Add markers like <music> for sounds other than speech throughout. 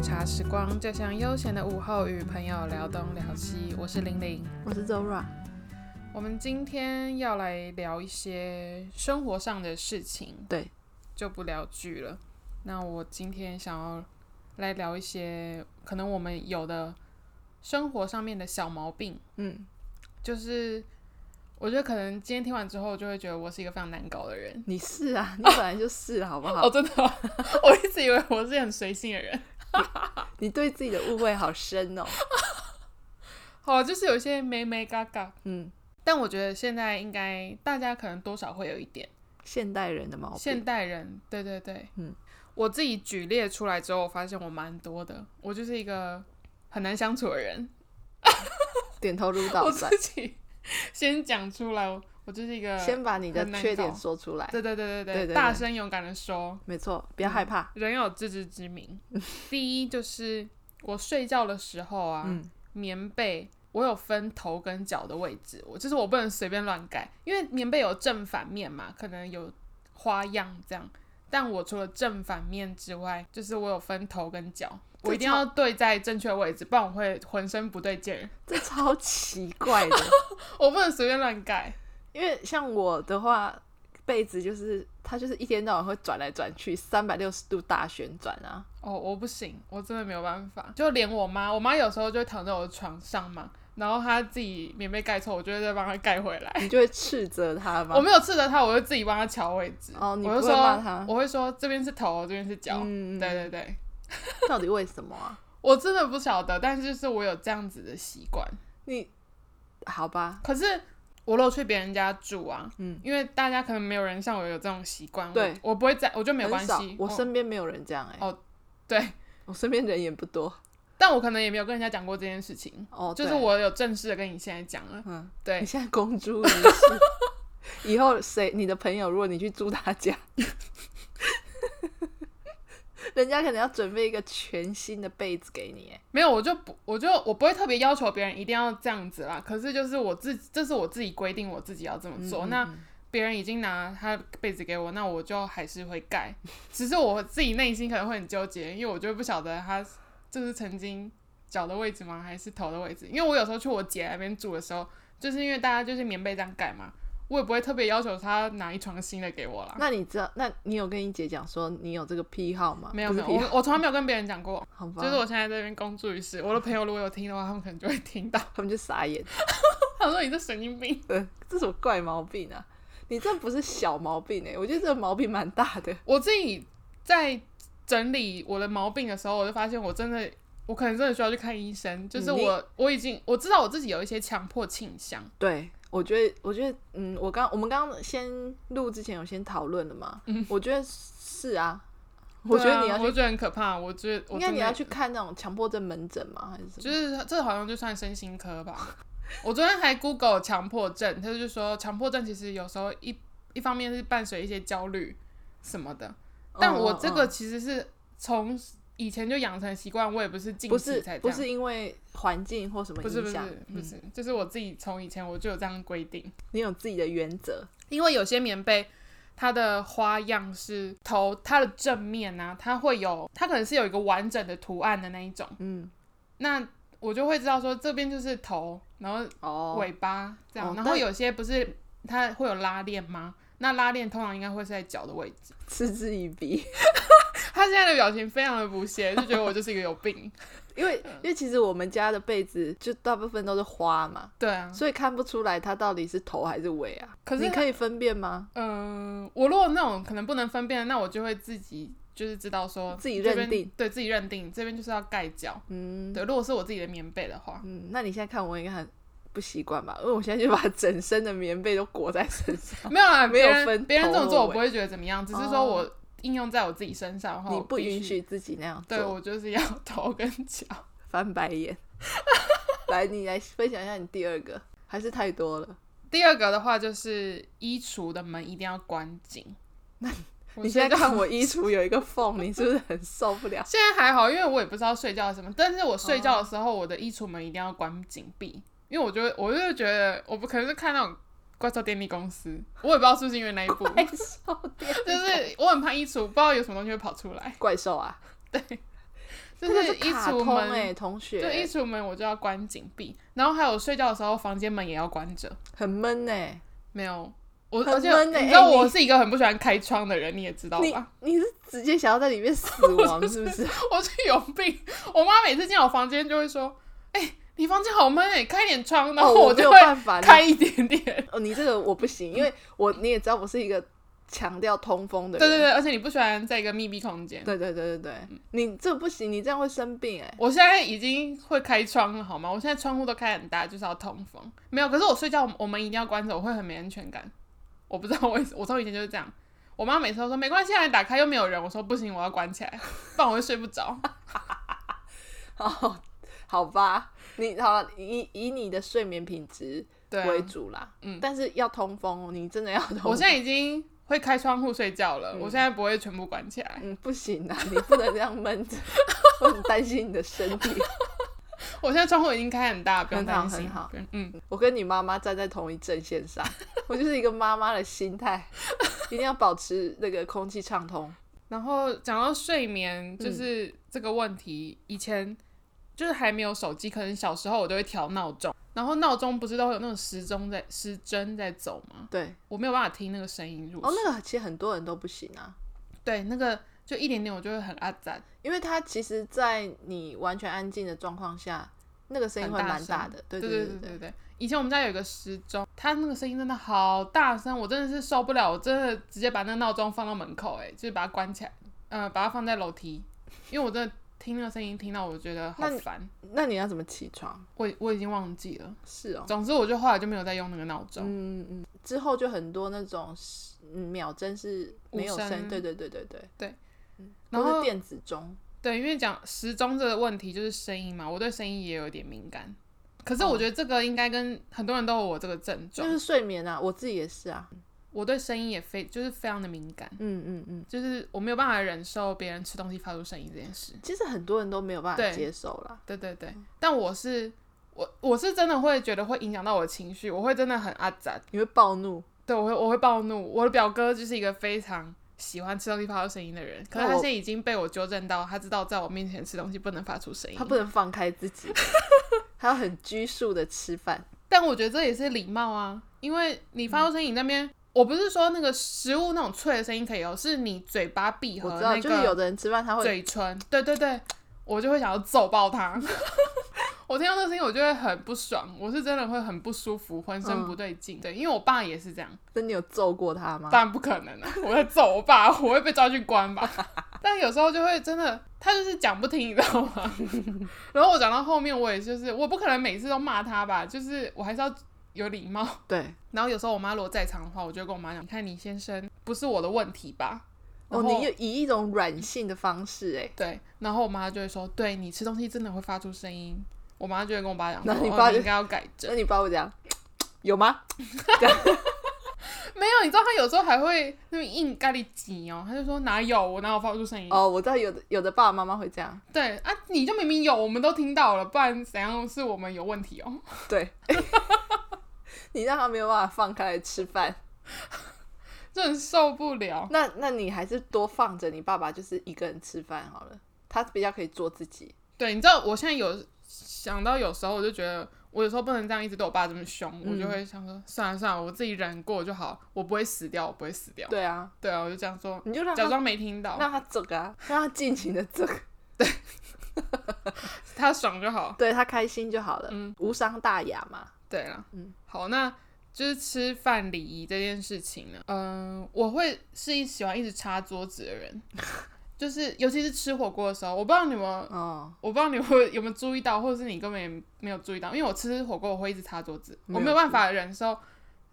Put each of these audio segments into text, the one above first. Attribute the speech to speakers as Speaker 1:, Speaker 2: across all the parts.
Speaker 1: 茶时光，就像悠闲的午后，与朋友聊东聊西。我是玲玲，
Speaker 2: 我是 Zora。
Speaker 1: 我们今天要来聊一些生活上的事情，
Speaker 2: 对，
Speaker 1: 就不聊剧了。那我今天想要来聊一些可能我们有的生活上面的小毛病，
Speaker 2: 嗯，
Speaker 1: 就是我觉得可能今天听完之后，就会觉得我是一个非常难搞的
Speaker 2: <laughs>
Speaker 1: 人。 <laughs>
Speaker 2: 你是啊，你本来就是了，好不好
Speaker 1: 哦，？真的哦、我一直以为我是很随性的人。
Speaker 2: 你对自己的误会好深哦。
Speaker 1: 好，就是有一些没没嘎嘎，
Speaker 2: 嗯，
Speaker 1: 但我觉得现在应该大家可能多少会有一点
Speaker 2: 现代人的毛
Speaker 1: 现
Speaker 2: 病。
Speaker 1: 代人，对对对，
Speaker 2: 哦嗯，
Speaker 1: 我自己举列出来之后，我发现我蛮多的，我就是一个很难相处的人，
Speaker 2: 点头如
Speaker 1: 我
Speaker 2: 捣
Speaker 1: 自
Speaker 2: 蒜，
Speaker 1: 己先讲出来，我我就是一个，
Speaker 2: <laughs> 先把你的缺点说出来。
Speaker 1: 对对对对
Speaker 2: 对对对
Speaker 1: 大声勇敢的说，
Speaker 2: 没错，不要害怕。
Speaker 1: 人有自知之明。第一就是我睡觉的时候啊，
Speaker 2: 嗯
Speaker 1: 棉被我有分头跟脚的位置，我就是我不能随便乱盖，因为棉被有正反面嘛，可能有花样这样。但我除了正反面之外，就是我有分头跟脚，
Speaker 2: 这
Speaker 1: 我一定要对在正确位置，不然我会浑身不对劲儿，
Speaker 2: 这超奇
Speaker 1: <laughs>
Speaker 2: 怪的，
Speaker 1: 我不能随便乱盖。
Speaker 2: 因为像我的话，被子就是它就是一天到晚会转来转去，三百六十度大旋转啊。
Speaker 1: 哦，我不行，我真的没有办法。就连我妈，我妈有时候就会躺在我的床上嘛，然后她自己棉被盖错，我就会再帮她盖回来。
Speaker 2: 你就会斥责他吗
Speaker 1: 我？没有斥责他，我会自己帮他瞧位置。
Speaker 2: 哦你
Speaker 1: 我就
Speaker 2: 不
Speaker 1: 说
Speaker 2: 会骂他
Speaker 1: 我会说这边是头，这边是脚。
Speaker 2: 嗯嗯嗯
Speaker 1: 对对对，
Speaker 2: 到底为什么啊？
Speaker 1: 我真的不晓得，但是就是我有这样子的习惯。
Speaker 2: 你好吧，
Speaker 1: 可是我如果去别人家住啊，
Speaker 2: 嗯，
Speaker 1: 因为大家可能没有人像我有这种习惯，
Speaker 2: 对
Speaker 1: 我，我不会在，我就没有关
Speaker 2: 很少
Speaker 1: 系。，
Speaker 2: 我身边没有人这样哎、
Speaker 1: 哦对，
Speaker 2: 我身边人也不多。
Speaker 1: 但我可能也没有跟人家讲过这件事情，
Speaker 2: 哦，
Speaker 1: 就是
Speaker 2: 对
Speaker 1: 我有正式的跟你现在讲了。
Speaker 2: 嗯，
Speaker 1: 对
Speaker 2: 你，现在公诸于世， <laughs> 以后谁你的朋友，如果你去住他家， <laughs> 人家可能要准备一个全新的被子给你耶。
Speaker 1: 没有，我就不，我就我不会特别要求别人一定要这样子啦。可是就是我自己，这是我自己规定我自己要这么
Speaker 2: 嗯
Speaker 1: 做。嗯那别人已经拿他被子给我，那我就还是会盖。只是我自己内心可能会很纠结，因为我就不晓得他就是曾经脚的位置吗，还是头的位置？因为我有时候去我姐那边住的时候，就是因为大家就是棉被这样盖嘛，我也不会特别要求他拿一床新的给我啦。
Speaker 2: 那你知道？那你有跟你姐讲说你有这个癖好吗？
Speaker 1: 没有
Speaker 2: 不
Speaker 1: 没
Speaker 2: 是
Speaker 1: 有，
Speaker 2: 癖好， <laughs>
Speaker 1: 我我从来没有跟别人讲过，
Speaker 2: 好吧，
Speaker 1: 就是我现在在这边公诸于世。我的朋友如果有听的话，他们可能就会听到。
Speaker 2: 他们就傻眼， <laughs>
Speaker 1: 他说你这神经病。
Speaker 2: 呃，这什么怪毛病啊？你这不是小毛病哎、我觉得这个毛病蛮大的。
Speaker 1: 我自己在整理我的毛病的时候，我就发现我真的，我可能真的需要去看医生。就是我，我已经我知道我自己有一些强迫倾向。
Speaker 2: 对，我觉得，我觉得，嗯，我刚我们刚刚先录之前有先讨论了嘛，嗯，我觉得是啊，
Speaker 1: <laughs>
Speaker 2: 我觉
Speaker 1: 对
Speaker 2: 得
Speaker 1: 啊
Speaker 2: 你要去
Speaker 1: 我觉得很可怕。我觉得我
Speaker 2: 应该
Speaker 1: 真
Speaker 2: 你
Speaker 1: 的
Speaker 2: 要，去看那种强迫症门诊吗？还是什么？
Speaker 1: 就是这好像就算身心科吧。 <laughs> 我昨天还 Google 强迫症，他就说强迫症其实有时候一一方面是伴随一些焦虑什么的，但
Speaker 2: 嗯
Speaker 1: 我
Speaker 2: 嗯
Speaker 1: 这个
Speaker 2: 嗯
Speaker 1: 其实是从以前就养成的习惯，我也不是近
Speaker 2: 不
Speaker 1: 期
Speaker 2: 是
Speaker 1: 才这
Speaker 2: 不
Speaker 1: 样。
Speaker 2: 是因为环境或什么
Speaker 1: 不是不
Speaker 2: 影
Speaker 1: 是
Speaker 2: 响，
Speaker 1: 不
Speaker 2: 嗯
Speaker 1: 是，就是我自己从以前我就有这样规定，
Speaker 2: 你有自己的原则，
Speaker 1: 因为有些棉被它的花样是头它的正面啊，它会有它可能是有一个完整的图案的那一种，
Speaker 2: 嗯，
Speaker 1: 那我就会知道说这边就是头，然后
Speaker 2: 哦，
Speaker 1: 尾巴这样，
Speaker 2: 哦
Speaker 1: 然后
Speaker 2: 但
Speaker 1: 有些不是它会有拉链吗？那拉链通常应该会是在脚的位置。
Speaker 2: 嗤之以
Speaker 1: <laughs>
Speaker 2: 鼻，
Speaker 1: 他现在的表情非常的不屑，就觉得我就是一个有病。
Speaker 2: 因为
Speaker 1: 嗯
Speaker 2: 因为其实我们家的被子就大部分都是花嘛，
Speaker 1: 对啊，
Speaker 2: 所以看不出来它到底是头还是尾啊。
Speaker 1: 可是
Speaker 2: 你可以分辨吗？
Speaker 1: 嗯，我如果那种可能不能分辨，那我就会自己就是知道说
Speaker 2: 自己
Speaker 1: 这边
Speaker 2: 认定，
Speaker 1: 对自己认定这边就是要盖脚。
Speaker 2: 嗯
Speaker 1: 对，如果是我自己的棉被的
Speaker 2: <laughs>
Speaker 1: 话，
Speaker 2: 嗯，那你现在看我应该很不习惯吧？因为我现在就把整身的棉被都裹在身
Speaker 1: <laughs>
Speaker 2: 上。
Speaker 1: 没有啦，
Speaker 2: 没
Speaker 1: 别
Speaker 2: 有
Speaker 1: 人
Speaker 2: 分
Speaker 1: 别人
Speaker 2: 头
Speaker 1: 这么
Speaker 2: 和
Speaker 1: 做我
Speaker 2: 尾
Speaker 1: 不会觉得怎么样，只是说
Speaker 2: 哦
Speaker 1: 我应用在我自己身上的话，
Speaker 2: 你
Speaker 1: 我
Speaker 2: 不
Speaker 1: 必
Speaker 2: 允
Speaker 1: 须。
Speaker 2: 许自己那样做，
Speaker 1: 对，我就是要 <laughs> 头跟脚。
Speaker 2: 翻白
Speaker 1: <laughs>
Speaker 2: 眼。来，你来分享一下你第二个，还是太多了。
Speaker 1: 第二个的话就是衣橱的门一定要关紧。那
Speaker 2: 你现在看我衣橱有一个缝，你是不是很受不
Speaker 1: <laughs>
Speaker 2: 了？
Speaker 1: 现在还好，因为我也不知道睡觉什么，但是我睡觉的时候，我的衣橱门一定要关紧闭，因为我觉得，我就觉得，我不可能是看那种怪兽电力公司， <laughs> 我也不知道是不是因为那一部，
Speaker 2: 怪兽店
Speaker 1: 就是我很怕衣橱，不知道有什么东西会跑出来，
Speaker 2: 怪兽啊，
Speaker 1: 就
Speaker 2: 这个
Speaker 1: 是一
Speaker 2: 卡
Speaker 1: 出
Speaker 2: 通
Speaker 1: 门，
Speaker 2: 哎、同学，
Speaker 1: 就一出门我就要关紧闭，然后还有睡觉的时候房间门也要关着。
Speaker 2: 很闷哎、
Speaker 1: 没有，我
Speaker 2: 很
Speaker 1: 而且
Speaker 2: 闷欸
Speaker 1: 你知道
Speaker 2: 欸
Speaker 1: 我
Speaker 2: 你
Speaker 1: 是一个很不喜欢开窗的人，你也知道
Speaker 2: 你
Speaker 1: 吧？
Speaker 2: 你是直接想要在里面死亡是不是？
Speaker 1: <laughs> 我是有病，我妈每次进我房间就会说：“哎、你房间好闷哎、开点窗。” <laughs> 然
Speaker 2: 哦
Speaker 1: 后
Speaker 2: 我没
Speaker 1: 就
Speaker 2: 有
Speaker 1: 会
Speaker 2: 办法你
Speaker 1: 开一点
Speaker 2: <laughs>
Speaker 1: 点。
Speaker 2: 哦，你这个我不行，因为我你也知道我是一个强调通风的
Speaker 1: 对对
Speaker 2: 人。
Speaker 1: 对，而且你不喜欢在一个密闭空间。
Speaker 2: 对对对对对
Speaker 1: 嗯
Speaker 2: 你这不行，你这样会生病哎、
Speaker 1: <laughs> 我现在已经会开窗了，好吗？我现在窗户都开很大，就是要通风。没有，可是我睡觉，我们一定要关着，我会很没安全感。我不知道为什么，我从以前就是这样。我妈每次都说没关系啊，你打开又没有人。我说不行，我要关起来， <laughs> 不然我会睡不着。
Speaker 2: 哦，好吧，你好啦以以你的睡眠品质
Speaker 1: 对啊、
Speaker 2: 为主啦，
Speaker 1: 嗯
Speaker 2: 但是要通风哦，你真的要通风。
Speaker 1: 我现在已经会开窗户睡觉了，我现在不会全部关起来。
Speaker 2: <laughs> 嗯，不行啊，你不能这样闷着， <laughs> 我很担心你的身体。 <laughs>
Speaker 1: 我现在窗户已经开很大，不用
Speaker 2: 很好
Speaker 1: 担心。
Speaker 2: 很好
Speaker 1: 不用，嗯，
Speaker 2: 我跟你妈妈站在同一阵线上，我就是一个妈妈的心态， <laughs> 一定要保持那个空气畅通。
Speaker 1: 然后讲到睡眠，
Speaker 2: 嗯
Speaker 1: 就是这个问题，以前就是还没有手机，可能小时候我都会调闹钟，然后闹钟不是都会有那种时钟在时针在走吗？
Speaker 2: 对，
Speaker 1: 我没有办法听那个声音入睡。
Speaker 2: 哦，那个其实很多人都不行啊，
Speaker 1: 对，那个就一点点我就会很阿杂，
Speaker 2: 因为它其实，在你完全安静的状况下，那个声音会
Speaker 1: 很大
Speaker 2: 蛮大
Speaker 1: 声
Speaker 2: 的。对
Speaker 1: 对
Speaker 2: 对
Speaker 1: 对对对。以前我们家有一个时钟，它那个声音真的好大声，我真的是受不了，我真的直接把那个闹钟放到门口、欸，哎，就是把它关起来，呃，把它放在楼梯，因为我真的听那个声音听到我觉得好
Speaker 2: 那你
Speaker 1: 烦，
Speaker 2: 那你要怎么起床？
Speaker 1: 我我已经忘记了。
Speaker 2: 是哦，
Speaker 1: 总之，我就后来就没有再用那个闹钟。
Speaker 2: 嗯嗯，之后就很多那种嗯秒针是没有
Speaker 1: 无声
Speaker 2: 对对对对对
Speaker 1: 对
Speaker 2: 嗯
Speaker 1: 然
Speaker 2: 或是
Speaker 1: 后
Speaker 2: 电子钟，
Speaker 1: 对，因为讲时钟这个问题就是声音嘛，我对声音也有一点敏感。可是我
Speaker 2: 哦
Speaker 1: 觉得这个应该跟很多人都有我这个症
Speaker 2: 就
Speaker 1: 状，
Speaker 2: 是睡眠啊，我自己也是啊，
Speaker 1: 我对声音也非就是非常的敏感，
Speaker 2: 嗯嗯嗯，
Speaker 1: 就是我没有办法忍受别人吃东西发出声音这件事。
Speaker 2: 其实很多人都没有办法
Speaker 1: 对
Speaker 2: 接受啦。
Speaker 1: 对对对，
Speaker 2: 嗯
Speaker 1: 但我是我我是真的会觉得会影响到我的情绪，我会真的很阿杂，
Speaker 2: 你会暴怒，
Speaker 1: 对我会我会暴怒。我的表哥就是一个非常喜欢吃东西发出声音的人，可是
Speaker 2: 那
Speaker 1: 他
Speaker 2: 我
Speaker 1: 现在已经被我纠正到，他知道在我面前吃东西不能发出声音
Speaker 2: 他。不能放开自
Speaker 1: <laughs>
Speaker 2: 己，还要很拘束的吃饭。
Speaker 1: 但我觉得这也是礼貌啊，因为你发出声音那边，我不是说那个食物那种脆的声音可以哦，是你嘴巴闭合
Speaker 2: 我知道，
Speaker 1: 那
Speaker 2: 就是有
Speaker 1: 个
Speaker 2: 的人吃饭他会
Speaker 1: 嘴唇，对对对，我就会想要揍爆他。 <laughs> 我听到这声音，我就会很不爽，我是真的会很不舒服，浑身
Speaker 2: 嗯
Speaker 1: 不对劲。对，因为我爸也是这样，
Speaker 2: 真的有揍过他吗？
Speaker 1: 当然不可能啊，我在揍我爸，我会被抓去关吧。 <laughs> 但有时候就会真的，他就是讲不听，你知道吗？ <laughs> 然后我讲到后面，我也就是，我不可能每次都骂他吧，就是我还是要有礼貌。
Speaker 2: 对，
Speaker 1: 然后有时候我妈如果在场的话，我就会跟我妈讲：“你看你先生不是我的问题吧？”然
Speaker 2: 哦，
Speaker 1: 后
Speaker 2: 你有以一种软性的方式，哎，
Speaker 1: 对，然后我妈就会说：“对你吃东西真的会发出声音。”我妈就会跟我爸讲说：“
Speaker 2: 那你
Speaker 1: 哦
Speaker 2: 爸
Speaker 1: 你
Speaker 2: 就
Speaker 1: 应该要改正。
Speaker 2: 那你把我讲有吗？”
Speaker 1: 没有，你知道他有时候还会那么硬咖喱挤哦，他就说：“哪有我哪有发出声音？”
Speaker 2: 哦，我知道有的有的爸爸妈妈会这
Speaker 1: <laughs>
Speaker 2: 样，
Speaker 1: 对啊，你就明明有，我们都听到了，不然怎样是我们有问题哦？
Speaker 2: 对， <laughs> 你让他没有办法放开来吃饭，
Speaker 1: 真的受不了。
Speaker 2: 那那你还是多放着你爸爸就是一个人吃饭好了，他比较可以做自己。
Speaker 1: 对，你知道我现在有想到，有时候我就觉得，我有时候不能这样一直对我爸这么凶，我就会想说，算了算了，我自己忍过就好，我不会死掉，我不会死掉。
Speaker 2: 对啊，
Speaker 1: 对啊，我就这样说，
Speaker 2: 你就让
Speaker 1: 假
Speaker 2: 他
Speaker 1: 装没听到，
Speaker 2: 让他这个啊，让他尽情的这个，
Speaker 1: 他爽就好。
Speaker 2: 对他开心就好了，
Speaker 1: 嗯
Speaker 2: 无伤大雅嘛。
Speaker 1: 对了，
Speaker 2: 嗯，
Speaker 1: 好，那就是吃饭礼仪这件事情呢，嗯、我会是一喜欢一直擦桌子的人， <laughs> 就是尤其是吃火锅的时候，我不知道你们。
Speaker 2: 哦，
Speaker 1: 我不知道你会有没有注意到，或者是你根本也没有注意到，因为我吃火锅我会一直擦桌子，
Speaker 2: 没有
Speaker 1: 我没有办法忍受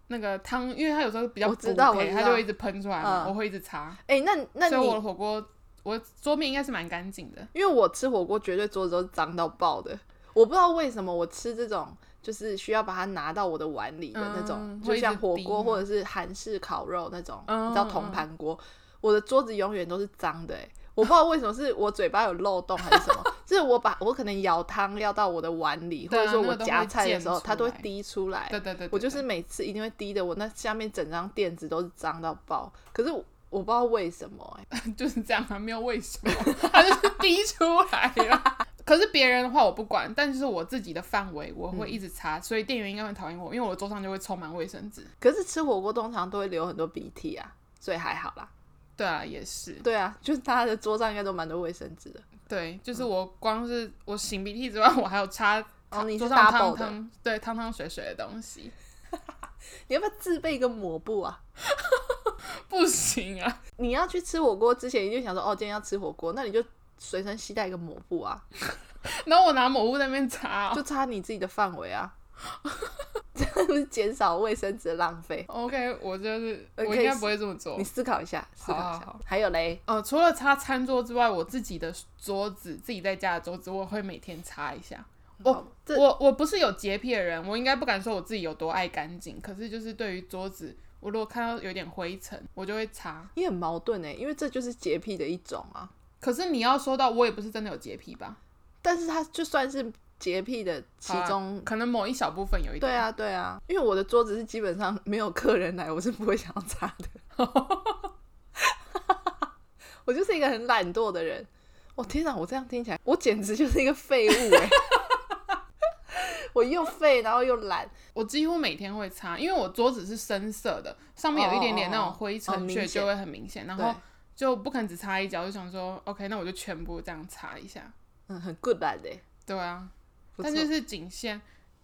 Speaker 1: 那个汤，因为它有时候比较
Speaker 2: 我知道
Speaker 1: 补
Speaker 2: 我
Speaker 1: 给
Speaker 2: 知道
Speaker 1: 它就会一直喷出来嘛，
Speaker 2: 嗯
Speaker 1: 我会一直擦，
Speaker 2: 哎、那那
Speaker 1: 所以我
Speaker 2: 你
Speaker 1: 的火锅我桌面应该是蛮干净的。
Speaker 2: 因为我吃火锅绝对桌子都是脏到爆的，我不知道为什么我吃这种就是需要把它拿到我的碗里的那种，
Speaker 1: 嗯
Speaker 2: 就像火
Speaker 1: 会一直滴吗
Speaker 2: 锅或者是韩式烤肉那种，
Speaker 1: 嗯
Speaker 2: 你知道铜盘锅，我的桌子永远都是脏的、哎，我不知道为什么是我嘴巴有漏洞还是
Speaker 1: <laughs>
Speaker 2: 什么，就是我把我可能舀汤要到我的碗里，或
Speaker 1: 对啊
Speaker 2: 者说
Speaker 1: 那
Speaker 2: 我
Speaker 1: 个都会
Speaker 2: 夹菜的时候，
Speaker 1: 溅出来
Speaker 2: 它都会滴出来。
Speaker 1: 对对对对
Speaker 2: 我就
Speaker 1: 对
Speaker 2: 是每次一定会滴的，我那下面整张垫子都是脏到爆。可是我我不知道为什么、欸，
Speaker 1: <laughs> 就是这样啊，没有为什么，它就是滴出来了。 <laughs> 可是别人的话我不管，但就是我自己的范围，我
Speaker 2: 嗯
Speaker 1: 会一直擦，所以店员应该会讨厌我，因为我桌上就会充满卫生纸。
Speaker 2: 可是吃火锅通常都会流很多鼻涕啊，所以还好啦。
Speaker 1: 对啊，也是，
Speaker 2: 对啊，就是大家的桌上应该都蛮多卫生纸的。
Speaker 1: 对，就是
Speaker 2: 嗯
Speaker 1: 我光是我擤鼻涕之外，我还有擦
Speaker 2: 哦，你是
Speaker 1: 桌上
Speaker 2: double
Speaker 1: 汤
Speaker 2: 的，
Speaker 1: 汤，对汤汤水水的东西，
Speaker 2: 你要不要自备一个抹布啊？
Speaker 1: 不行啊，
Speaker 2: 你要去吃火锅之前，你就想说哦，今天要吃火锅，那你就随身携带一个抹布啊，
Speaker 1: 然后我拿抹布在那边擦哦、
Speaker 2: 就擦你自己的范围啊， <laughs> 这样子减少卫生纸的浪费。
Speaker 1: OK，我就是
Speaker 2: 呃
Speaker 1: 我
Speaker 2: 可
Speaker 1: 应
Speaker 2: 以
Speaker 1: 该不会这么做
Speaker 2: 你。思考一下，思考一
Speaker 1: 哦好
Speaker 2: 下。
Speaker 1: 好好
Speaker 2: 还有嘞，
Speaker 1: 呃，除了擦餐桌之外，我自己的桌子，自己在家的桌子，我会每天擦一下。哦
Speaker 2: 好这
Speaker 1: 我我不是有洁癖的人，我应该不敢说我自己有多爱干净，可是就是对于桌子，我如果看到有点灰尘，我就会擦。
Speaker 2: 你很矛盾哎，因为这就是洁癖的一种啊。
Speaker 1: 可是你要说到我也不是真的有洁癖吧？
Speaker 2: 但是它就算是洁癖的其
Speaker 1: 好啦
Speaker 2: 中，
Speaker 1: 可能某一小部分有一点。
Speaker 2: 嗯对，啊对啊，因为我的桌子是基本上没有客人来，我是不会想要擦的。我就是一个很懒惰的人。我、天哪，我这样听起来，我简直就是一个废物哎！ <laughs> 我又废，然后又懒，
Speaker 1: 我几乎每天会擦，因为我桌子是深色的，上面有一点点那
Speaker 2: 哦哦
Speaker 1: 种
Speaker 2: 哦
Speaker 1: 灰
Speaker 2: 哦
Speaker 1: 尘
Speaker 2: 明
Speaker 1: 屑
Speaker 2: 显
Speaker 1: 就会很明显，然
Speaker 2: 对
Speaker 1: 后就不肯只擦一角，就想说 OK，那我就全部这样擦一下。
Speaker 2: 嗯，很 good 懒哎，
Speaker 1: 对啊，
Speaker 2: 不错
Speaker 1: 但。就是仅限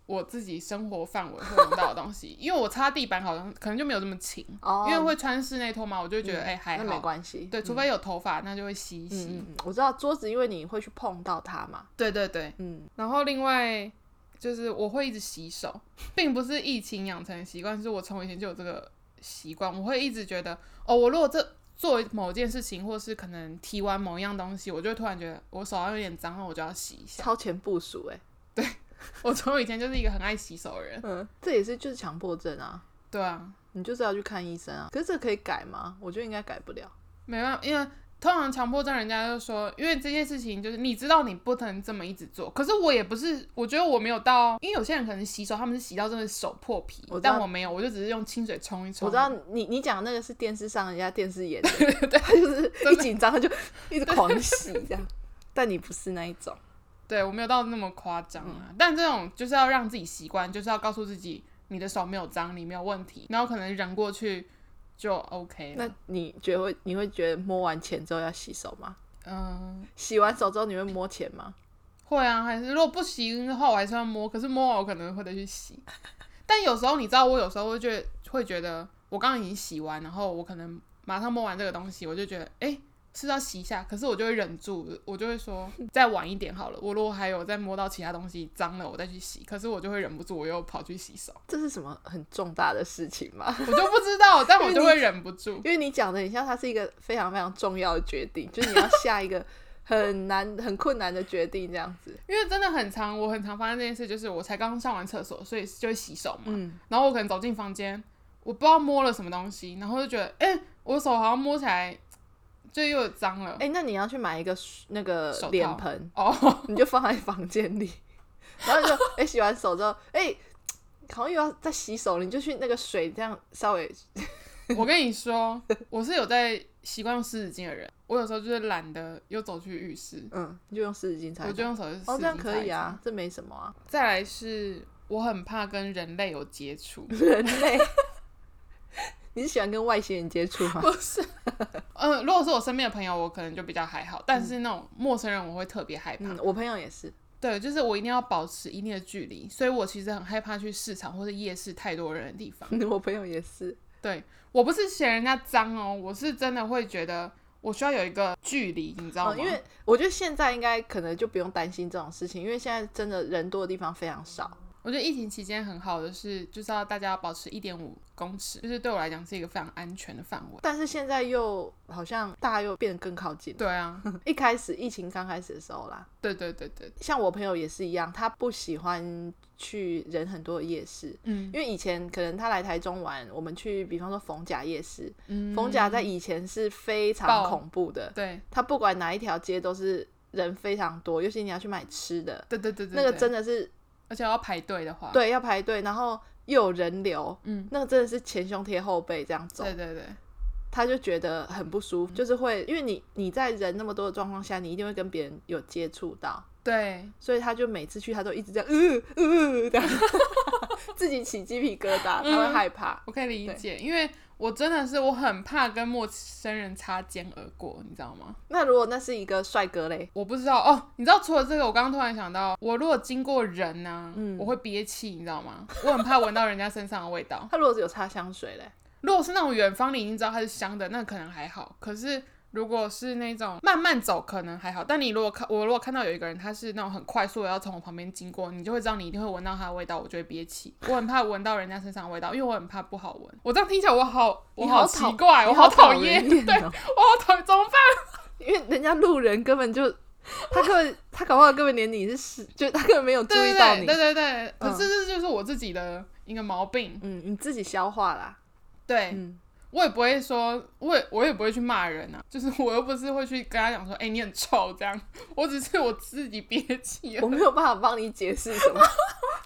Speaker 1: 我自己生活范围会用到的东西， <laughs> 因为我擦地板好像可能就没有这么勤，
Speaker 2: 哦
Speaker 1: 因为会穿室内拖嘛，我就会觉得
Speaker 2: 嗯
Speaker 1: 哎、还
Speaker 2: 那没
Speaker 1: 好。
Speaker 2: 关系，
Speaker 1: 对，除非有头发，那就会洗一洗。
Speaker 2: 嗯嗯嗯，我知道桌子，因为你会去碰到它嘛，
Speaker 1: 对对对，
Speaker 2: 嗯，
Speaker 1: 然后另外就是我会一直洗手，并不是疫情养成的习惯，是我从以前就有这个习惯。我会一直觉得，哦，我如果这做某件事情，或是可能提完某一样东西，我就会突然觉得我手上有点脏，那我就要洗一下。
Speaker 2: 超前部署哎，
Speaker 1: 我从以前就是一个很爱洗手的人。
Speaker 2: 嗯，这也是就是强迫症啊，
Speaker 1: 对啊，
Speaker 2: 你就是要去看医生啊。可是这可以改吗？我觉得应该改不了。
Speaker 1: 没办法，因为通常强迫症人家就说，因为这些事情就是你知道你不能这么一直做，可是我也不是，我觉得我没有到，因为有些人可能洗手他们是洗到真的手破皮
Speaker 2: 我，知道
Speaker 1: 但我没有，我就只是用清水冲一冲。
Speaker 2: 我知道你你讲的那个是电视上人家电视演的，他就是一紧张他就一直狂洗这样，但你不是那一种，
Speaker 1: 对我没有到那么夸张啊，但这种就是要让自己习惯，就是要告诉自己你的手没有脏，你没有问题，然后可能忍过去就 OK 了。
Speaker 2: 那你觉得会你会觉得摸完钱之后要洗手吗？
Speaker 1: 嗯，
Speaker 2: 洗完手之后你会摸钱吗？
Speaker 1: 会啊，还是如果不行的话，我还是要摸，可是摸完我可能会再去洗。 <laughs> 但有时候你知道，我有时候会觉得会觉得我刚刚已经洗完，然后我可能马上摸完这个东西，我就觉得哎。诶是要洗一下，可是我就会忍住，我就会说再晚一点好了。我如果还有再摸到其他东西脏了，我再去洗。可是我就会忍不住，我又跑去洗手。
Speaker 2: 这是什么很重大的事情吗？ <laughs>
Speaker 1: 我就不知道，但我就会忍不住。
Speaker 2: 因为你讲的很像它是一个非常非常重要的决定，就是你要下一个很难很困难的决定这样
Speaker 1: <laughs>
Speaker 2: 子。
Speaker 1: 因为真的很长，我很常发生这件事，就是我才刚上完厕所，所以就会洗手嘛。
Speaker 2: 嗯，
Speaker 1: 然后我可能走进房间，我不知道摸了什么东西，然后就觉得，哎、我手好像摸起来就又有脏了。
Speaker 2: 哎、那你要去买一个那个
Speaker 1: 手套
Speaker 2: 脸盆，
Speaker 1: 哦， <laughs>
Speaker 2: 你就放在房间里， <laughs> 然后你就哎、洗完手之后，哎、好像又要再洗手，你就去那个水这样稍微
Speaker 1: 我跟你说，我是有在习惯用湿纸巾的人。我有时候就是懒得又走去浴室，
Speaker 2: 嗯，你就用湿纸巾擦
Speaker 1: 我
Speaker 2: 一擦。
Speaker 1: 就用手机。
Speaker 2: 哦，这样可以。啊，这没什么啊。
Speaker 1: 再来是我很怕跟人类有接 <laughs> 触，
Speaker 2: 人类， <laughs> 你是喜欢跟外星人接 <laughs> 触吗？
Speaker 1: 不是，呃，如果是我身边的朋友，我可能就比较还好，但是那种陌生人，我会特别害怕。
Speaker 2: 嗯，我朋友也是。
Speaker 1: 对，就是我一定要保持一定的距离，所以我其实很害怕去市场或者夜市太多人的地方。
Speaker 2: 嗯我朋友也是，
Speaker 1: 对我不是嫌人家脏哦，我是真的会觉得我需要有一个距离，你知道吗？
Speaker 2: 嗯，因为我觉得现在应该可能就不用担心这种事情，因为现在真的人多的地方非常少。
Speaker 1: 我觉得疫情期间很好的是，就是要大家要保持一点五公尺，就是对我来讲是一个非常安全的范围。
Speaker 2: 但是现在又好像大家又变得更靠近了。 <laughs>
Speaker 1: 对啊，
Speaker 2: 一开始疫情刚开始的时候啦，
Speaker 1: 对对对对，
Speaker 2: 像我朋友也是一样，他不喜欢去人很多的夜市，
Speaker 1: 嗯
Speaker 2: 因为以前可能他来台中玩，我们去比方说逢甲夜市，
Speaker 1: 嗯，
Speaker 2: 逢甲在以前是非常
Speaker 1: 爆
Speaker 2: 恐怖的，
Speaker 1: 对
Speaker 2: 他不管哪一条街都是人非常多，尤其你要去买吃的，
Speaker 1: 对对对对，
Speaker 2: 那个
Speaker 1: 对啊
Speaker 2: 真，的是
Speaker 1: 而且要排队的话，
Speaker 2: 对要排队，然后又有人流，
Speaker 1: 嗯，
Speaker 2: 那个真的是前胸贴后背这样走
Speaker 1: 对，对对，嗯
Speaker 2: 他就觉得很不舒服，就是会因为你你在人那么多的状况下，你一定会跟别人有接触到，
Speaker 1: 对，
Speaker 2: 所以他就每次去他都一直这样，嗯、呃、嗯、呃、这
Speaker 1: <laughs>
Speaker 2: 样，自己起鸡皮疙瘩，他
Speaker 1: 嗯
Speaker 2: 会害怕。
Speaker 1: 我可以理解，因为我真的是我很怕跟陌生人擦肩而过，你知道吗？
Speaker 2: 那如果那是一个帅哥嘞，
Speaker 1: 我不知道哦，你知道除了这个，我刚刚突然想到，我如果经过人呢、我会憋气，你知道吗？我很怕闻到人家身上的味道。
Speaker 2: 他如果有擦香水嘞，
Speaker 1: 如果是那种远方你已经知道它是香的，那可能还好。可是如果是那种慢慢走，可能还好。但你如果看我如果看到有一个人，他是那种很快速的要从我旁边经过，你就会知道你一定会闻到他的味道，我就会憋气。我很怕闻到人家身上的味道，因为我很怕不好闻。我这样听起来我好我
Speaker 2: 你好
Speaker 1: 奇
Speaker 2: 讨
Speaker 1: 怪，
Speaker 2: 你
Speaker 1: 我
Speaker 2: 好
Speaker 1: 讨
Speaker 2: 人
Speaker 1: 厌，
Speaker 2: 厌
Speaker 1: 对 <laughs>
Speaker 2: 哦
Speaker 1: 我好讨厌，怎么办？
Speaker 2: 因为人家路人根本就他根本他搞不好根本连你是是，就他根本没有注
Speaker 1: 对
Speaker 2: 意到
Speaker 1: 对
Speaker 2: 你，
Speaker 1: 对对对对，可
Speaker 2: 嗯
Speaker 1: 是这就是我自己的一个毛病。
Speaker 2: 嗯，你自己消化啦，
Speaker 1: 对，
Speaker 2: 嗯，
Speaker 1: 我也不会说，我也我也不会去骂人啊， <laughs> 就是我又不是会去跟他讲说，哎、你很臭这样， <laughs> 我只是我自己憋气而已。
Speaker 2: 我没有办法帮你解释
Speaker 1: <laughs>
Speaker 2: 什么，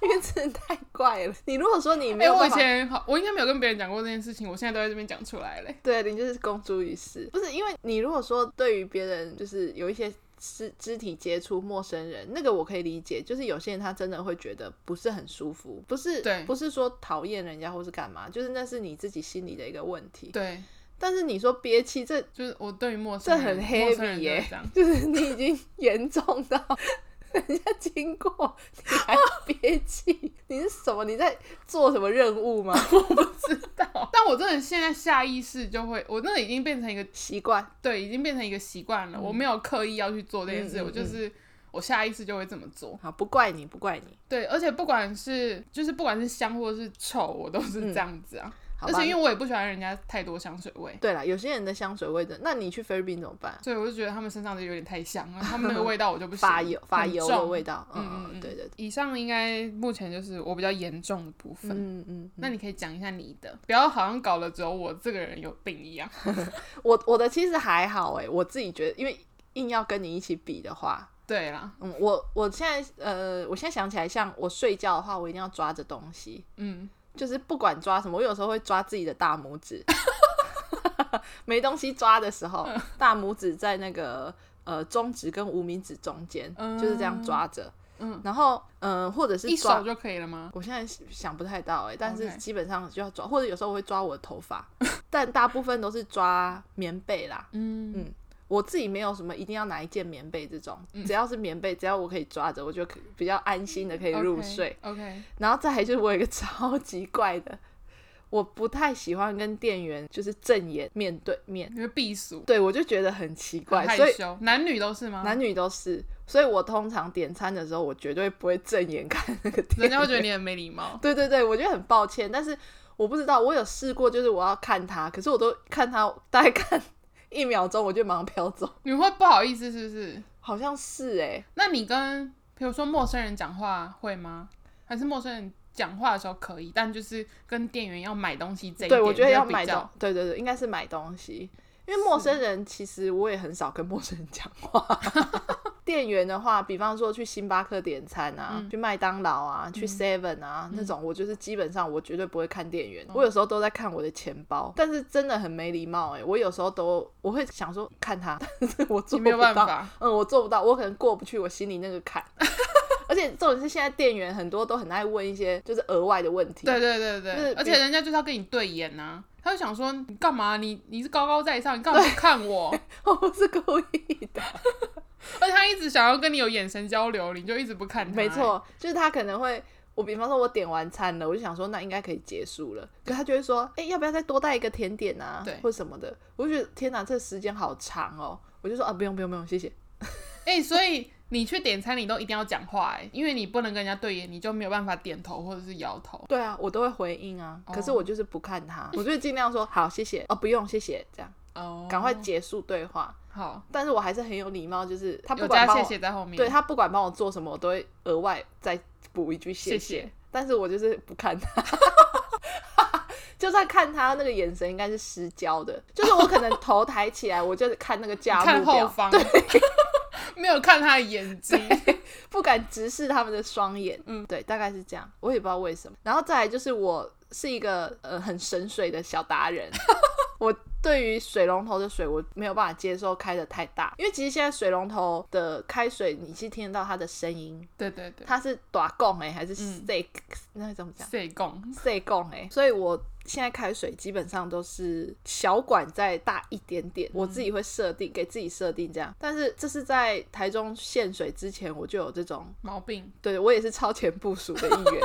Speaker 2: 因为真的太怪了。你如果说你没
Speaker 1: 哎、
Speaker 2: 有
Speaker 1: 我
Speaker 2: 办
Speaker 1: 以
Speaker 2: 法，
Speaker 1: 前好，我应该没有跟别人讲过这件事情，我现在都在这边讲出来嘞。
Speaker 2: 对你就是公诸于世，不是因为你如果说对于别人就是有一些。肢肢体接触陌生人，那个我可以理解，就是有些人他真的会觉得不是很舒服，不是
Speaker 1: 对
Speaker 2: 不是说讨厌人家或是干嘛，就是那是你自己心里的一个问题。
Speaker 1: 对，
Speaker 2: 但是你说憋气，这
Speaker 1: 就是我对于陌
Speaker 2: 这
Speaker 1: 生人，
Speaker 2: 很
Speaker 1: 陌生人就
Speaker 2: heavy 耶
Speaker 1: 是这样。
Speaker 2: 就是你已经 <laughs> 严重到人家经过你还憋气，你是什么？你在做什么任务吗？ <laughs>
Speaker 1: 但我真的现在下意识就会，我那已经变成一个
Speaker 2: 习惯，
Speaker 1: 对，已经变成一个习惯了。我没有刻意要去做这件事，
Speaker 2: 嗯嗯嗯
Speaker 1: 我就是我下意识就会这么做。
Speaker 2: 好，不怪你，不怪你。
Speaker 1: 对，而且不管是就是不管是香或者是臭，我都
Speaker 2: 嗯
Speaker 1: 是这样子啊。
Speaker 2: 好
Speaker 1: 而
Speaker 2: 吧
Speaker 1: 且因为我也不喜欢人家太多香水味，
Speaker 2: 对啦，有些人的香水味的，那你去菲律宾怎么办？
Speaker 1: 所以我就觉得他们身上的有点太香了，他们那个味道我
Speaker 2: <laughs>
Speaker 1: 就不行。
Speaker 2: 发油，发油的味
Speaker 1: 道。
Speaker 2: 道，嗯
Speaker 1: 嗯嗯
Speaker 2: 嗯，对对对，
Speaker 1: 以上应该目前就是我比较严重的部分。
Speaker 2: 嗯嗯。
Speaker 1: 那你可以讲一下你的，不要好像搞得只有我这个人有病一样。
Speaker 2: 我我的其实还好哎、我自己觉得，因为硬要跟你一起比的话，
Speaker 1: 对啦，
Speaker 2: 嗯，我我现在呃，我现在想起来，像我睡觉的话，我一定要抓着东西，
Speaker 1: 嗯，
Speaker 2: 就是不管抓什么，我有时候会抓自己的大拇指， <laughs> 没东西抓的时候，
Speaker 1: 嗯
Speaker 2: 大拇指在那个呃中指跟无名指中间，
Speaker 1: 嗯
Speaker 2: 就是这样抓着。
Speaker 1: 嗯，
Speaker 2: 然后嗯、呃或者是
Speaker 1: 一
Speaker 2: 抓
Speaker 1: 手，就可以了吗？
Speaker 2: 我现在想不太到哎、但是
Speaker 1: OK
Speaker 2: 基本上就要抓，或者有时候我会抓我的头发， <laughs> 但大部分都是抓棉被啦。
Speaker 1: 嗯
Speaker 2: 嗯我自己没有什么一定要拿一件棉被这种，
Speaker 1: 嗯
Speaker 2: 只要是棉被，只要我可以抓着，我就可以比较安心的可以入睡。。
Speaker 1: OK，
Speaker 2: 然后再来就是我有一个 <laughs> 超级怪的，我不太喜欢跟店员就是正眼面对面，
Speaker 1: 因为避暑，
Speaker 2: 对我就觉得很奇怪
Speaker 1: 很，害
Speaker 2: 所以
Speaker 1: 羞，啊男女都是吗？
Speaker 2: 男女都是，所以我通常点餐的时候，我绝对不会正眼看那个店
Speaker 1: 人家会
Speaker 2: 员
Speaker 1: 觉得你很没礼貌。
Speaker 2: 对对对，我觉得很抱歉，但是我不知道，我有试过，就是我要看他，可是我都看他大概看 <laughs> 一秒钟，我就马上飘走，
Speaker 1: 你会不好意思是不是？
Speaker 2: 好像是哎、
Speaker 1: 那你跟比如说陌生人讲话会吗？还是陌生人讲话的时候可以，但就是跟店员要买东西这一点，
Speaker 2: 对，我觉得要
Speaker 1: 比
Speaker 2: 买东
Speaker 1: 较，
Speaker 2: 对对对，应该是买东西。因为陌生人其实我也很少跟陌生人讲话。 <laughs> 店员的话，比方说去星巴克点餐啊，
Speaker 1: 嗯
Speaker 2: 去麦当劳啊，去 Seven 啊、那种，我就是基本上我绝对不会看店
Speaker 1: 哦
Speaker 2: 员，我有时候都在看我的钱包，但是真的很没礼貌哎、我有时候都我会想说看他，但是我做
Speaker 1: 你
Speaker 2: 不
Speaker 1: 没有办
Speaker 2: 到，
Speaker 1: 法。
Speaker 2: 嗯，我做不到，我可能过不去我心里那个坎。 <laughs> 而且重点是现在店员很多都很爱问一些就是额外的问题，
Speaker 1: 对对对
Speaker 2: 就
Speaker 1: 对，
Speaker 2: 是
Speaker 1: 而
Speaker 2: 比
Speaker 1: 且人家就是要跟你对眼呐、他就想说你干嘛？你你是高高在上，你干嘛不看我？ <laughs>
Speaker 2: 我不是故意的。
Speaker 1: 而且他一直想要跟你有眼神交流，你就一直不看他、
Speaker 2: 没，错，就是他可能会，我比方说我点完餐了，我就想说那应该可以结束了，可他就会说，哎、要不要再多带一个甜点啊，
Speaker 1: 对
Speaker 2: 或什么的，我就觉得天哪，这时间好长哦，我就说啊，不用不用不用，谢谢。
Speaker 1: 哎、所以你去点餐，你都一定要讲话哎、因为你不能跟人家对眼，你就没有办法点头或者是摇头。
Speaker 2: 对啊，我都会回应啊，可是
Speaker 1: 哦
Speaker 2: 我就是不看他，我就会尽量说好，谢谢，哦，不用谢谢，这样
Speaker 1: 哦
Speaker 2: 赶快结束对话。
Speaker 1: 好，
Speaker 2: 但是我还是很有礼貌，就是他不
Speaker 1: 有
Speaker 2: 管
Speaker 1: 加
Speaker 2: 帮
Speaker 1: 谢
Speaker 2: 我，
Speaker 1: 谢在后面。
Speaker 2: 对他不管帮我做什么，我都会额外再补一句谢
Speaker 1: 谢谢
Speaker 2: 但是我就是不看他， <laughs> 就算看他那个眼神应该是失焦的，就是我可能头抬起来，我就是看
Speaker 1: <laughs>
Speaker 2: 那个价
Speaker 1: 看
Speaker 2: 目
Speaker 1: 后
Speaker 2: 表，
Speaker 1: 方， <laughs> 没有看他的眼睛。
Speaker 2: 不敢直视他们的双眼。嗯，对，大概是这样，我也不知道为什么。然后再来就是我是一个呃很神水的小达人， <laughs> 我对于水龙头的水，我没有办法接受开的太大，因为其实现在水龙头的开水，你是听得到它的声音，
Speaker 1: 对对对，
Speaker 2: 它是短供哎，还是
Speaker 1: 嗯
Speaker 2: sick、那怎么讲？
Speaker 1: 塞贡，
Speaker 2: 塞供哎，所以我现在开水基本上都是小管再大一点
Speaker 1: 嗯
Speaker 2: 点，我自己会设定给自己设定这样。但是这是在台中限水之前，我就有这种，
Speaker 1: 毛病，
Speaker 2: 对我也是超前部署的一
Speaker 1: <laughs>
Speaker 2: 员。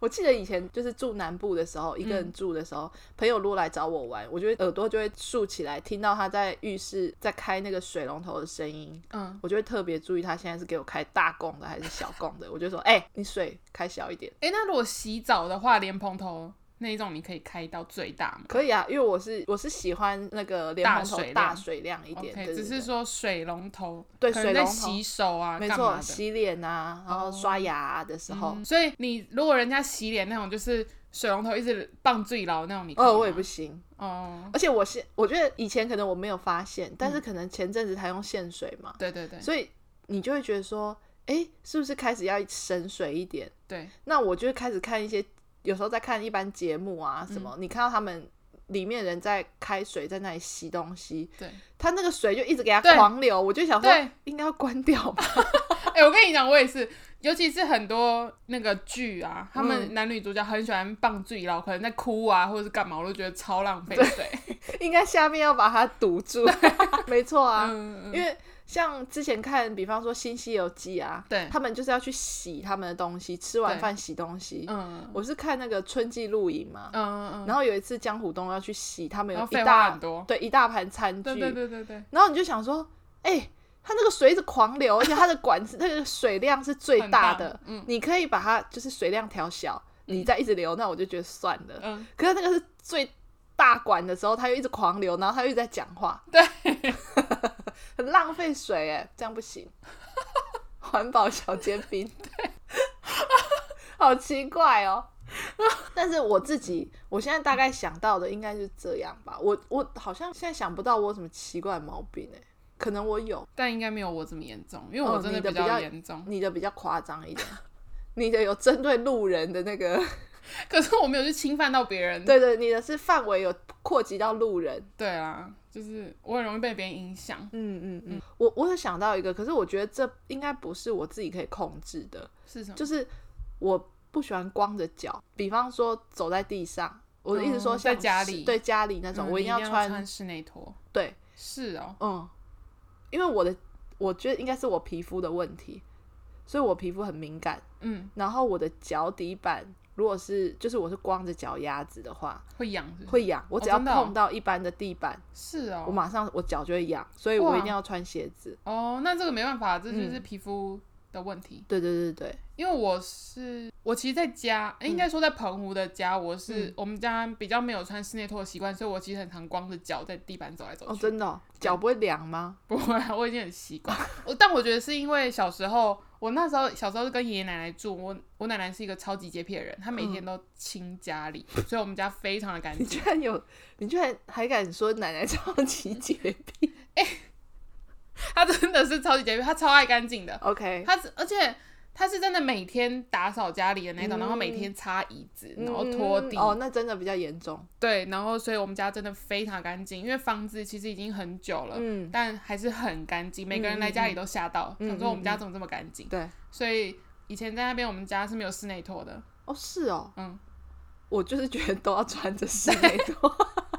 Speaker 2: 我记得以前就是住南部的时候，一个
Speaker 1: 嗯
Speaker 2: 人住的时候，朋友如果来找我玩，我就会耳朵就会竖起来，听到他在浴室在开那个水龙头的声音，
Speaker 1: 嗯，
Speaker 2: 我就会特别注意他现在是给我开大供的还是小供的。我就说， <laughs> 哎、你水开小一点。
Speaker 1: 哎、那如果洗澡的话，莲蓬头那一种你可以开到最大吗
Speaker 2: 可以啊，因为我是我是喜欢那个莲蓬头
Speaker 1: 大水量
Speaker 2: 大水量一点，
Speaker 1: ？OK，
Speaker 2: 对对
Speaker 1: 只是
Speaker 2: 对
Speaker 1: 说水龙头，
Speaker 2: 对
Speaker 1: 可
Speaker 2: 水
Speaker 1: 能在
Speaker 2: 龙头
Speaker 1: 洗手啊，
Speaker 2: 没
Speaker 1: 干嘛
Speaker 2: 错，
Speaker 1: 的
Speaker 2: 洗脸啊，然后刷牙、的时候，哦
Speaker 1: 嗯所以你如果人家洗脸那种，就是水龙头一直棒最牢那种，你可以
Speaker 2: 哦，我也
Speaker 1: 吗
Speaker 2: 不行。
Speaker 1: 啊哦，嗯
Speaker 2: 而且我是我觉得以前可能我没有发现，但是可能前阵子他用限水嘛，
Speaker 1: 对对对
Speaker 2: 所以你就会觉得说，哎、是不是开始要省水一点？
Speaker 1: 对，
Speaker 2: 那我就会开始看一些，有时候在看一般节目啊什
Speaker 1: 嗯
Speaker 2: 么，你看到他们。里面人在开水，在那里洗东西，
Speaker 1: 对，
Speaker 2: 他那个水就一直给他
Speaker 1: 对
Speaker 2: 狂流，我就想说
Speaker 1: 对
Speaker 2: 应该要关掉吧。
Speaker 1: <laughs> 哎、我跟你讲，我也是，尤其是很多那个剧啊，他
Speaker 2: 嗯
Speaker 1: 们男女主角很喜欢棒最牢，可能在哭啊或者是干嘛，我都觉得超浪费水。
Speaker 2: 应该下面要把它堵住， <laughs> 没错啊，
Speaker 1: 嗯，嗯
Speaker 2: 因为像之前看，比方说《新西游记》啊，
Speaker 1: 对
Speaker 2: 他们就是要去洗他们的东西，吃完
Speaker 1: 对
Speaker 2: 饭洗东西。
Speaker 1: 嗯
Speaker 2: 我是看那个春季露营嘛
Speaker 1: 嗯，嗯嗯，
Speaker 2: 然后有一次江虎东要去洗，他们有
Speaker 1: 然后
Speaker 2: 一
Speaker 1: 废话
Speaker 2: 大
Speaker 1: 很多，
Speaker 2: 对一大盘餐
Speaker 1: 对对
Speaker 2: 具，
Speaker 1: 对对对，
Speaker 2: 然后你就想说，哎、它那个水一直狂流，而且它的管子那个水量是最
Speaker 1: 很
Speaker 2: 大
Speaker 1: 大
Speaker 2: 的，
Speaker 1: 嗯
Speaker 2: 你可以把它就是水量调小，你再一直流，那我就觉得算了。
Speaker 1: 嗯，
Speaker 2: 可是那个是最大管的时候，他又一直狂流，然后他又一直在讲话，
Speaker 1: 对，
Speaker 2: <laughs> 很浪费水哎，这样不行。 <laughs> 环保小尖兵， <laughs> 对，好奇怪哦。但是我自己，我现在大概想到的应该是这样吧。我我好像现在想不到我有什么奇怪的毛病哎，可能我有，
Speaker 1: 但应该没有我这么严重，因为
Speaker 2: 哦
Speaker 1: 我真
Speaker 2: 你的
Speaker 1: 比
Speaker 2: 比较
Speaker 1: 较严重。 <laughs>
Speaker 2: 你的比较夸张一点，你的有针对路人的那个，
Speaker 1: 可是我没有去侵犯到别人。
Speaker 2: 对对，你的是范围有扩及到路人，
Speaker 1: 对啊，就是我很容易被别人影响，
Speaker 2: 嗯嗯嗯，我我有想到一个，可是我觉得这应该不是我自己可以控制的，
Speaker 1: 是什么？
Speaker 2: 就是我不喜欢光着脚，比方说走在地上，我的意思说
Speaker 1: 哦
Speaker 2: 像
Speaker 1: 在家
Speaker 2: 是
Speaker 1: 里
Speaker 2: 对家里那种，
Speaker 1: 嗯
Speaker 2: 我
Speaker 1: 你一
Speaker 2: 一定要
Speaker 1: 要
Speaker 2: 穿
Speaker 1: 室内拖。
Speaker 2: 对，
Speaker 1: 是哦，
Speaker 2: 嗯，因为我的我觉得应该是我皮肤的问题，所以我皮肤很敏感，
Speaker 1: 嗯，
Speaker 2: 然后我的脚底板如果是就是我是光着脚丫子的话，
Speaker 1: 会痒是不是
Speaker 2: 会痒，我
Speaker 1: 哦
Speaker 2: 只要
Speaker 1: 真的哦
Speaker 2: 碰到一般的地板，
Speaker 1: 是
Speaker 2: 我
Speaker 1: 哦，
Speaker 2: 马上我脚就会痒，所以我
Speaker 1: 哇
Speaker 2: 一定要穿鞋子。
Speaker 1: 哦，那这个没办法，这
Speaker 2: 嗯
Speaker 1: 就是皮肤的问题。
Speaker 2: 对对对对，
Speaker 1: 因为我是我其实在家，诶应
Speaker 2: 嗯
Speaker 1: 该说在澎湖的家，我是、我们家比较没有穿室内拖的习惯，所以我其实很常光着脚在地板走来走去。
Speaker 2: 哦，真的哦、脚不会凉吗？
Speaker 1: 不会啊，我已经很习惯。我但我觉得是因为小时候，我那时候小时候是跟爷爷奶奶住，我我奶奶是一个超级洁癖的人，她每天都清家里，所以我们家非常的干
Speaker 2: <laughs> 嗯你
Speaker 1: 净。
Speaker 2: 居然有，你居然还敢说奶奶超级洁癖
Speaker 1: 她真的是超级洁癖，她超爱干净的。
Speaker 2: <laughs> ？OK，
Speaker 1: 她是而且她是真的每天打扫家里的那种，
Speaker 2: 嗯
Speaker 1: 然后每天擦椅子，然后
Speaker 2: 嗯
Speaker 1: 拖地，
Speaker 2: 哦，那真的比较严重。
Speaker 1: 对，然后所以我们家真的非常干净，因为房子其实已经很久了。
Speaker 2: 嗯，
Speaker 1: 但还是很干净，每个人来家里都吓到，
Speaker 2: 嗯嗯嗯
Speaker 1: 想说我们家怎么这么干净。
Speaker 2: 对，
Speaker 1: 所以以前在那边我们家是没有室内拖的，
Speaker 2: 哦，是哦，
Speaker 1: 嗯，
Speaker 2: 我就是觉得都要穿着室内拖， <laughs>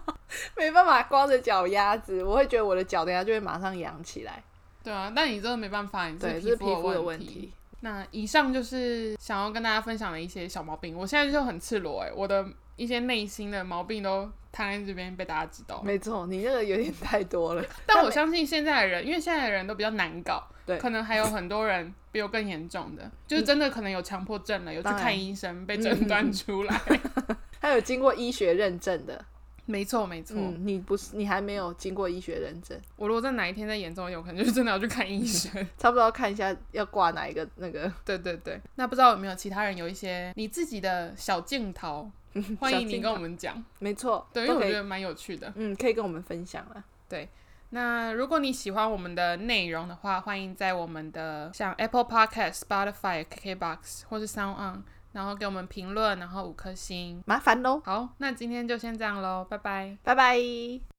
Speaker 2: 没办法光着脚丫子，我会觉得我的脚等一下就会马上痒起来。
Speaker 1: 对啊，但你真的没办法，你
Speaker 2: 对，这
Speaker 1: 皮
Speaker 2: 是皮
Speaker 1: 肤
Speaker 2: 肤的
Speaker 1: 问
Speaker 2: 问题。
Speaker 1: 那以上就是想要跟大家分享的一些小毛病，我现在就很赤裸哎、我的一些内心的毛病都摊在这边被大家知道。
Speaker 2: 没错，你那个有点太多了。 <laughs>
Speaker 1: 但我相信现在的人，因为现在的人都比较难搞，
Speaker 2: 对
Speaker 1: 可能还有很多人比我更严重的，就是真的可能有强迫症了，有去
Speaker 2: 当然
Speaker 1: 看医生被诊断出来。
Speaker 2: 还有经过医学认证的，
Speaker 1: <laughs> 没错没错，
Speaker 2: 嗯，你不是你还没有经过医学认证，
Speaker 1: 我如果在哪一天再严重一点，我可能就是真的要去看医生。 <laughs>
Speaker 2: 差不多要看一下要挂哪一个那个
Speaker 1: 对对对，那不知道有没有其他人有一些你自己的小镜头，欢迎你跟我们讲。
Speaker 2: 没错，
Speaker 1: 对，因
Speaker 2: 都
Speaker 1: 为我
Speaker 2: 可以
Speaker 1: 觉得蛮有趣的。
Speaker 2: 嗯，可以跟我们分享了。
Speaker 1: 那如果你喜欢我们的内容的话，欢迎在我们的像 Apple Podcast、Spotify、KKBox 或是 Sound On 然后给我们评论，然后五颗星。
Speaker 2: 麻烦喽，
Speaker 1: 好，那今天就先这样喽，拜拜。
Speaker 2: 拜拜。